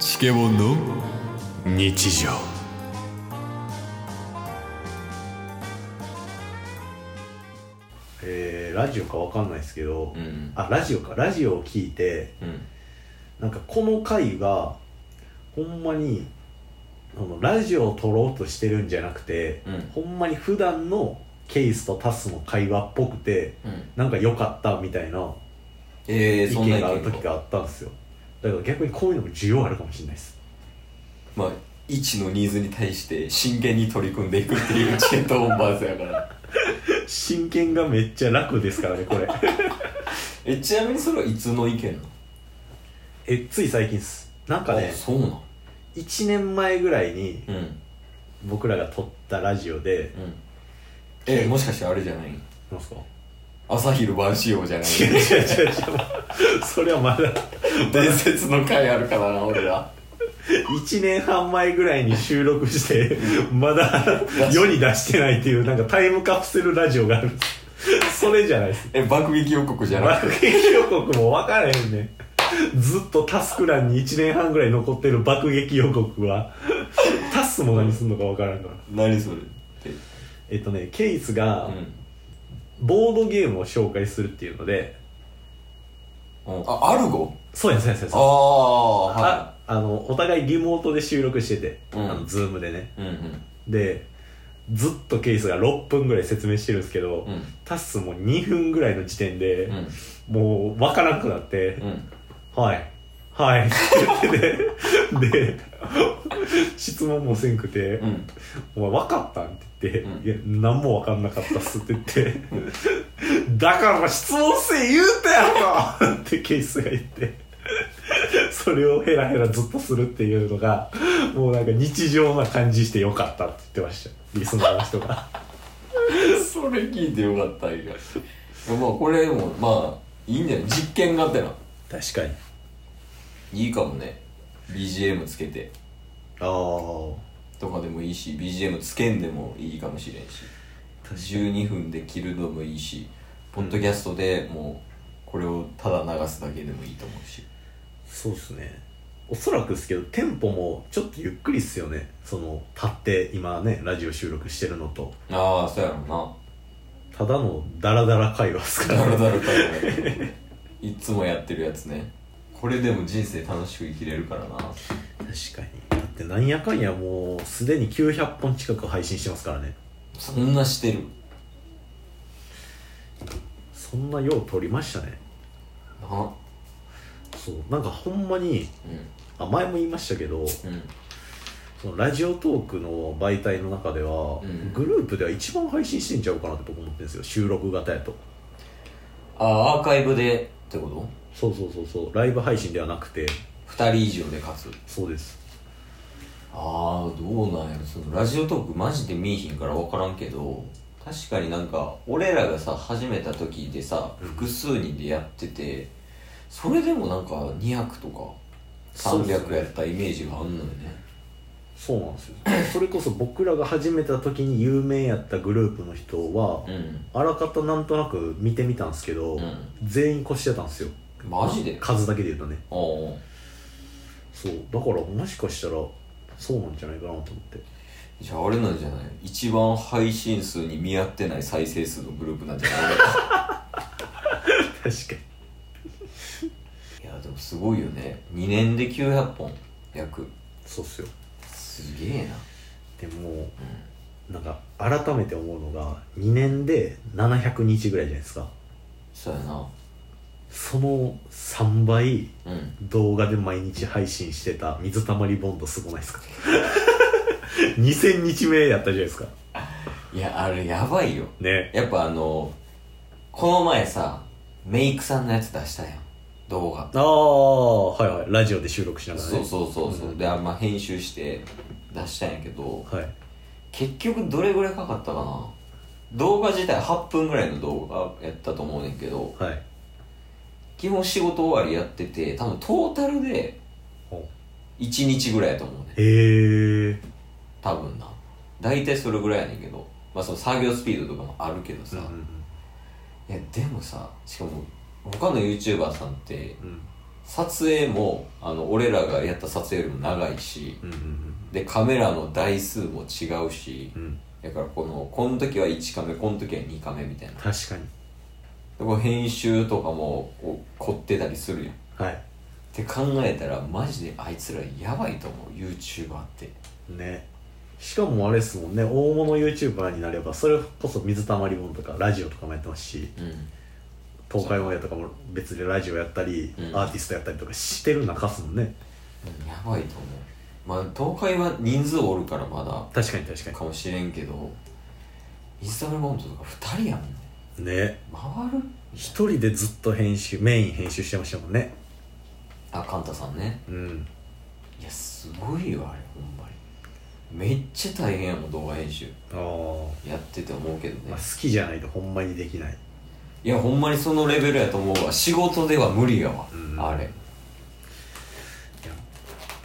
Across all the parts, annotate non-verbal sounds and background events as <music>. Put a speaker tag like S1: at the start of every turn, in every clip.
S1: チケボンの日常
S2: えーラジオかわかんないですけど、
S1: うん
S2: あラジオかラジオを聞いて
S1: うん
S2: なんかこの回がほんまにあのラジオを撮ろうとしてるんじゃなくて、
S1: うん
S2: ほんまに普段のケイスとタスの会話っぽくて
S1: うん
S2: なんか良かったみたいな
S1: え
S2: 意
S1: ー、そんな
S2: 見
S1: 意
S2: がある
S1: 見
S2: 時があったんですよだから逆にこういうのも需要あるかもしれないです
S1: まあ一のニーズに対して真剣に取り組んでいくっていうチケットボンバーズやから <laughs>
S2: 真剣がめっちゃ楽ですからねこれ
S1: えちなみにそれはいつの意見なの
S2: <laughs> えつい最近っすなんかね
S1: あそうなん
S2: 1年前ぐらいに
S1: うん
S2: 僕らが撮ったラジオで
S1: うんえもしかしてあれじゃない
S2: なんすか
S1: 朝昼晩仕様じゃない
S2: <laughs> 違う違う違う違うそれはまだ
S1: 伝説の回あるからな俺ら
S2: 1年半前ぐらいに収録してまだ世に出してないっていうなんかタイムカプセルラジオがあるんですそれじゃないです
S1: え爆撃予告じゃなく
S2: 爆
S1: て
S2: 撃予告も分からへんねんずっとタスク欄に1年半ぐらい残ってる爆撃予告はタスも何すんのか分からんから
S1: 何それって
S2: えっとねケイスが
S1: うん
S2: ボードゲームを紹介するっていうので
S1: うんあアルゴ
S2: そうやそうやそうや
S1: あ
S2: そうや
S1: あは
S2: ああのお互いリモートで収録してて、
S1: うん
S2: あのズームでね
S1: いうんうん
S2: でずっとケースが6分ぐらい説明してるんですけど、
S1: うん
S2: タッスも2分ぐらいの時点で、
S1: うん
S2: もう分からなくなって
S1: うん
S2: 「はいはい」って言っててで質問もせんくて
S1: う
S2: 「
S1: ん
S2: お前分かったん?」って言っ
S1: う
S2: て「いや何も分かんなかったっす」って言って「だから質問せえ言うたやろ!」ってケースが言ってそれをヘラヘラずっとするっていうのがもうなんか日常な感じしてよかったって言ってましたリスナーの人が。
S1: <laughs> それ聞いてよかったんやまあこれもまあいいんじゃない実験があってな
S2: 確かに
S1: いいかもね BGM つけて
S2: ああ
S1: とかでもいいし BGM つけんでもいいかもしれんし12分で切るのもいいしポッドキャストでもうこれをただ流すだけでもいいと思うし
S2: そうですねおそらくですけどテンポもちょっとゆっくりっすよねその立って今ねラジオ収録してるのと
S1: ああそうやろな
S2: ただのダラダラ会話っすか
S1: だ
S2: ら
S1: るだるかよねいつもやってるやつねこれでも人生楽しく生きれるからな
S2: 確かにだってなんやかんやもうすでに900本近く配信してますからね
S1: そんなしてる
S2: そんなよう撮りましたね
S1: な
S2: そうなんかほんまにあ前も言いましたけど
S1: うんうん
S2: そのラジオトークの媒体の中では、
S1: うん
S2: グループでは一番配信してんちゃうかなって僕思ってるんですよ収録型やと
S1: ああアーカイブでってこと
S2: そうそうそうそうライブ配信ではなくて
S1: 2人以上で勝つ
S2: そうです
S1: ああどうなんやろそのラジオトークマジで見えひんから分からんけど確かになんか俺らがさ始めた時でさ複数人でやっててそれでもなんか200とか
S2: そうです
S1: 300
S2: ね
S1: やったイメージがあんのよね
S2: そうなん <laughs> ですよそれこそ僕らが始めた時に有名やったグループの人は、
S1: うん
S2: あらかたなんとなく見てみたんですけど、
S1: うん
S2: 全員越してたんですよ
S1: マジであ
S2: 数だけで言うとね
S1: あー
S2: そうだからもしかしたらそうなんじゃないかなと思って
S1: じゃああれなんじゃない一番配信数に見合ってない再生数のグループなんじゃない
S2: 確かに
S1: いやでもすごいよね2年で900本約
S2: そうっすよ
S1: すげえな
S2: でも、なんか改めて思うのが2年で700日ぐらいじゃないですか
S1: そうやな
S2: その3倍
S1: うん
S2: 動画で毎日配信してた水たまりボンドすごない
S1: <laughs>
S2: ですか2000日目やったじゃないですか
S1: いやあれやばいよ
S2: ね
S1: やっぱあのこの前さメイクさんのやつ出したやん動画
S2: ああはいはいラジオで収録しながらね
S1: そうそうそうそう、
S2: うん
S1: であんま編集して出したんやけど
S2: はい
S1: 結局どれぐらいかかったかな動画自体8分ぐらいの動画やったと思うねんけど
S2: はい
S1: 基本仕事終わりやってて多分トータルで
S2: ほ
S1: 1日ぐらいやと思うねん
S2: うへえ
S1: 多分な大体それぐらいやねんけどまあその作業スピードとかもあるけどさ、いやでもさしかも他の YouTuber さんって
S2: うん
S1: 撮影もあの俺らがやった撮影よりも長いし
S2: うん
S1: でカメラの台数も違うし
S2: うんうん
S1: だからこのこの時は1カメこの時は2カメみたいなで
S2: 確かに
S1: こう編集とかもこう凝ってたりするやんっ
S2: はい
S1: て考えたらマジであいつらやばいと思う YouTuber って
S2: ねしかもあれですもんね大物 YouTuber になればそれこそ水たまりもんとかラジオとかもやってますし
S1: うん
S2: 東海オンエアとかも別でラジオやったり、
S1: うん
S2: アーティストやったりとかしてる中っすもんね
S1: うんやばいと思うまあ東海は人数おるからまだ
S2: 確かに確か
S1: かもしれんけど水溜りボンドとか2人やもんね
S2: にね
S1: 回る
S2: 一人でずっと編集メイン編集してましたもんね
S1: あカンタさんね
S2: うん
S1: いやすごいよあれほんまにめっちゃ大変やもん動画編集
S2: ああ、
S1: やってて思うけど
S2: ま
S1: ね
S2: あ、好きじゃないとほんまにできない
S1: いやほんまにそのレベルやと思うわ仕事では無理やわ、
S2: うん
S1: あれ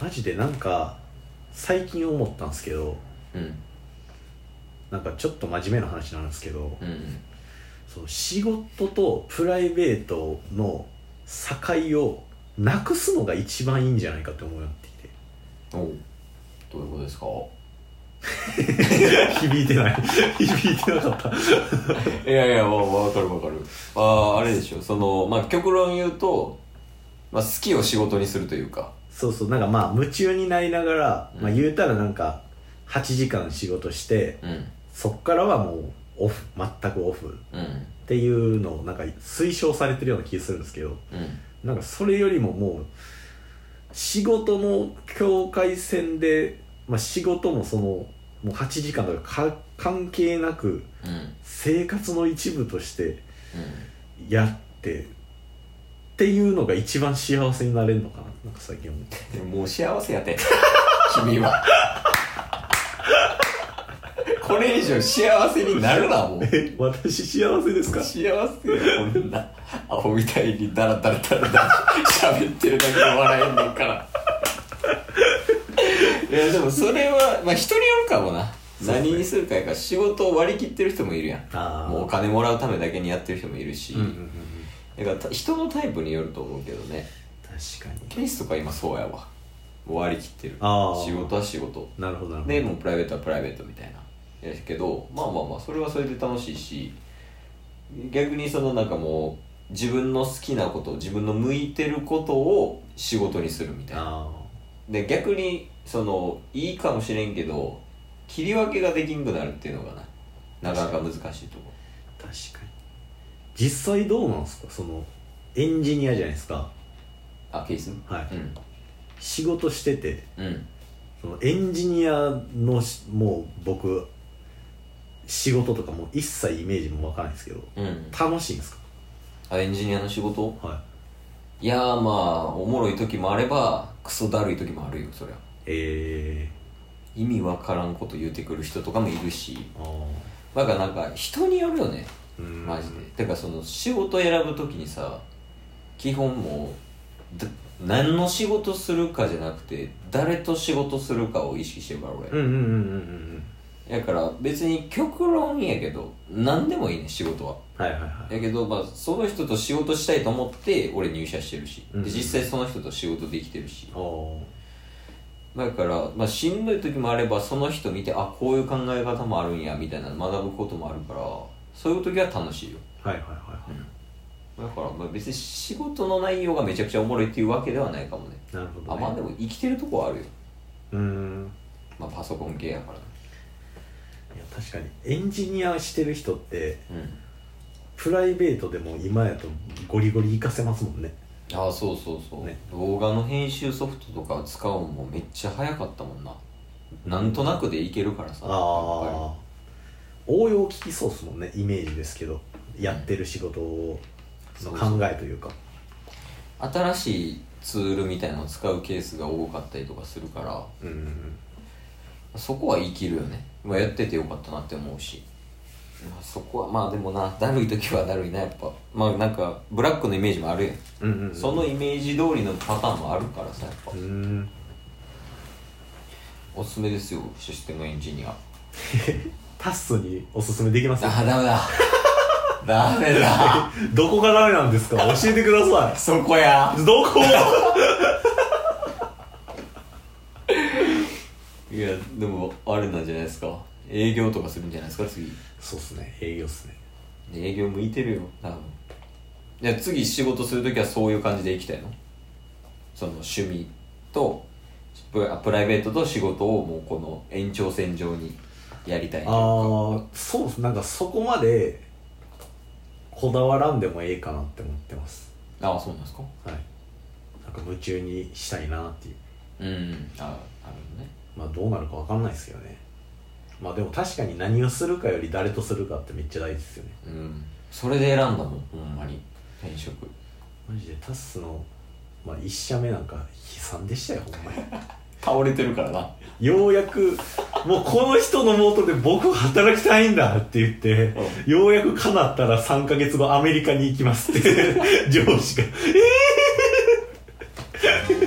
S2: マジでなんか最近思ったんですけど
S1: うん
S2: なんかちょっと真面目な話なんですけど、
S1: うんうん
S2: その仕事とプライベートの境をなくすのが一番いいんじゃないかって思うようになってき
S1: おうどういうことですか <laughs>
S2: て響いてない響いてなかった
S1: いやいや、わわかるわかる。ああ、あれでしょ。その、まあ、極論言うと、まあ、好きを仕事にするというか。
S2: そうそうなんかまあ夢中になりながら、
S1: うん
S2: まあ、言うたらなんか8時間仕事して
S1: うん。
S2: そっからはもうオフ全くオフっ
S1: うん。
S2: ていうのをなんか推奨されてるような気がするんですけど
S1: うん。
S2: なんかそれよりももう仕事の境界線で、まあ、仕事もそのもう8時間とかか関係なく
S1: うん。
S2: 生活の一部として
S1: うん。
S2: やってっていうのが一番幸せになれるのかななんか最近思って
S1: でも、もう幸せやて。 <laughs> 君は。これ以上幸せになるな、もう。 <laughs>
S2: え私幸せですか
S1: 幸せや、こんな。アホみたいにダラダラダラダラ喋ってるだけで笑えんねんから。いや、でもそれは、まあ、人によるかもな。
S2: そうね
S1: 何にするかやから仕事を割り切ってる人もいるやん。
S2: ああ
S1: もうお金もらうためだけにやってる人もいるし、
S2: うんうんうんうん
S1: だからた人のタイプによると思うけどね
S2: 確かに
S1: ケースとか今そうやわもう割り切ってる
S2: あー
S1: 仕事は仕事
S2: なるほどなるほど
S1: でもうプライベートはプライベートみたいなやけどまあまあまあそれはそれで楽しいし逆にそのなんかもう自分の好きなこと自分の向いてることを仕事にするみたいな
S2: あ
S1: で逆にそのいいかもしれんけど切り分けができんくなるっていうのがななかなか難しいとこ
S2: あ確かに実際どうなんですかそのエンジニアじゃないですか
S1: あケース
S2: はい
S1: うん
S2: 仕事してて
S1: うん
S2: そのエンジニアのしもう僕仕事とかもう一切イメージもわからないですけど
S1: うん、
S2: 楽しいんです
S1: あエンジニアの仕事
S2: かはい
S1: いやーまあおもろい時もあればクソだるい時もあるよそりゃ
S2: え
S1: 意味わからんこと言うてくる人とかもいるし
S2: ー、あ
S1: だからなんか人によるよね
S2: あうん
S1: マジでてかその仕事選ぶ時にさ基本もうだ何の仕事するかじゃなくて誰と仕事するかを意識してるから
S2: うん
S1: 俺、
S2: うんうんうんうんうん
S1: だから別に極論やけど何でもいいね仕事は
S2: はいはいはい
S1: やけど、まあ、その人と仕事したいと思って俺入社してるし、
S2: うん
S1: で実際その人と仕事できてるし
S2: あー
S1: だから、まあ、しんどい時もあればその人見てあこういう考え方もあるんやみたいな学ぶこともあるからそういう時は楽しいよ
S2: はいはいはいは
S1: だから、まあ、別に仕事の内容がめちゃくちゃおもろいっていうわけではないかもね
S2: いなるほど、
S1: あ
S2: ね、
S1: まあでも生きてるとこはあるよ、
S2: うーん
S1: まあ、パソコン系やからね
S2: いや確かにエンジニアしてる人って
S1: うん
S2: プライベートでも今やとゴリゴリ活かせますもんね
S1: ああそうそうそう、
S2: ね
S1: 動画の編集ソフトとか使うのもめっちゃ早かったもんななんとなくでいけるからさやっぱり
S2: ああ応用聞きそうっすもんねイメージですけどやってる仕事をの考えというか
S1: 新しいツールみたいなのを使うケースが多かったりとかするから
S2: うんうんうん
S1: そこは生きるよね、まあ、やっててよかったなって思うし、まあ、そこはまあでもなだるい時はだるいなやっぱまあなんかブラックのイメージもあるやん、
S2: うんうんうん
S1: そのイメージ通りのパターンもあるからさやっぱ、
S2: うーん
S1: おすすめですよシステムエンジニア <laughs>
S2: タッスにおすすめできます
S1: あダメだダメだ
S2: どこがダメなん <laughs> ですか教えてくださ
S1: そこや
S2: いどこ
S1: いやでもあれなんじゃないですか営業とかするんじゃないですか次
S2: そうっすね営業っすね
S1: 営業向いてるよ多分いや次仕事するときはそういう感じで行きたいのその趣味とプあプライベートと仕事をもうこの延長線上にやりたい
S2: ああそうっすなんかそこまでこだわらんでもええかなって思ってます
S1: ああそうなんですか
S2: はいなんか夢中にしたいなっていう
S1: うんああるね
S2: まあどうなるかわかんないですけどねまあでも確かに何をするかより誰とするかってめっちゃ大事ですよね
S1: うんそれで選んだもんほんまに転職
S2: マジでタッスの、まあ、一社目なんか悲惨でしたよほんまに
S1: 倒れてるからな
S2: ようやくもうこの人のもとで僕は働きたいんだって言ってようやく叶ったら3ヶ月後アメリカに行きますって上司がええー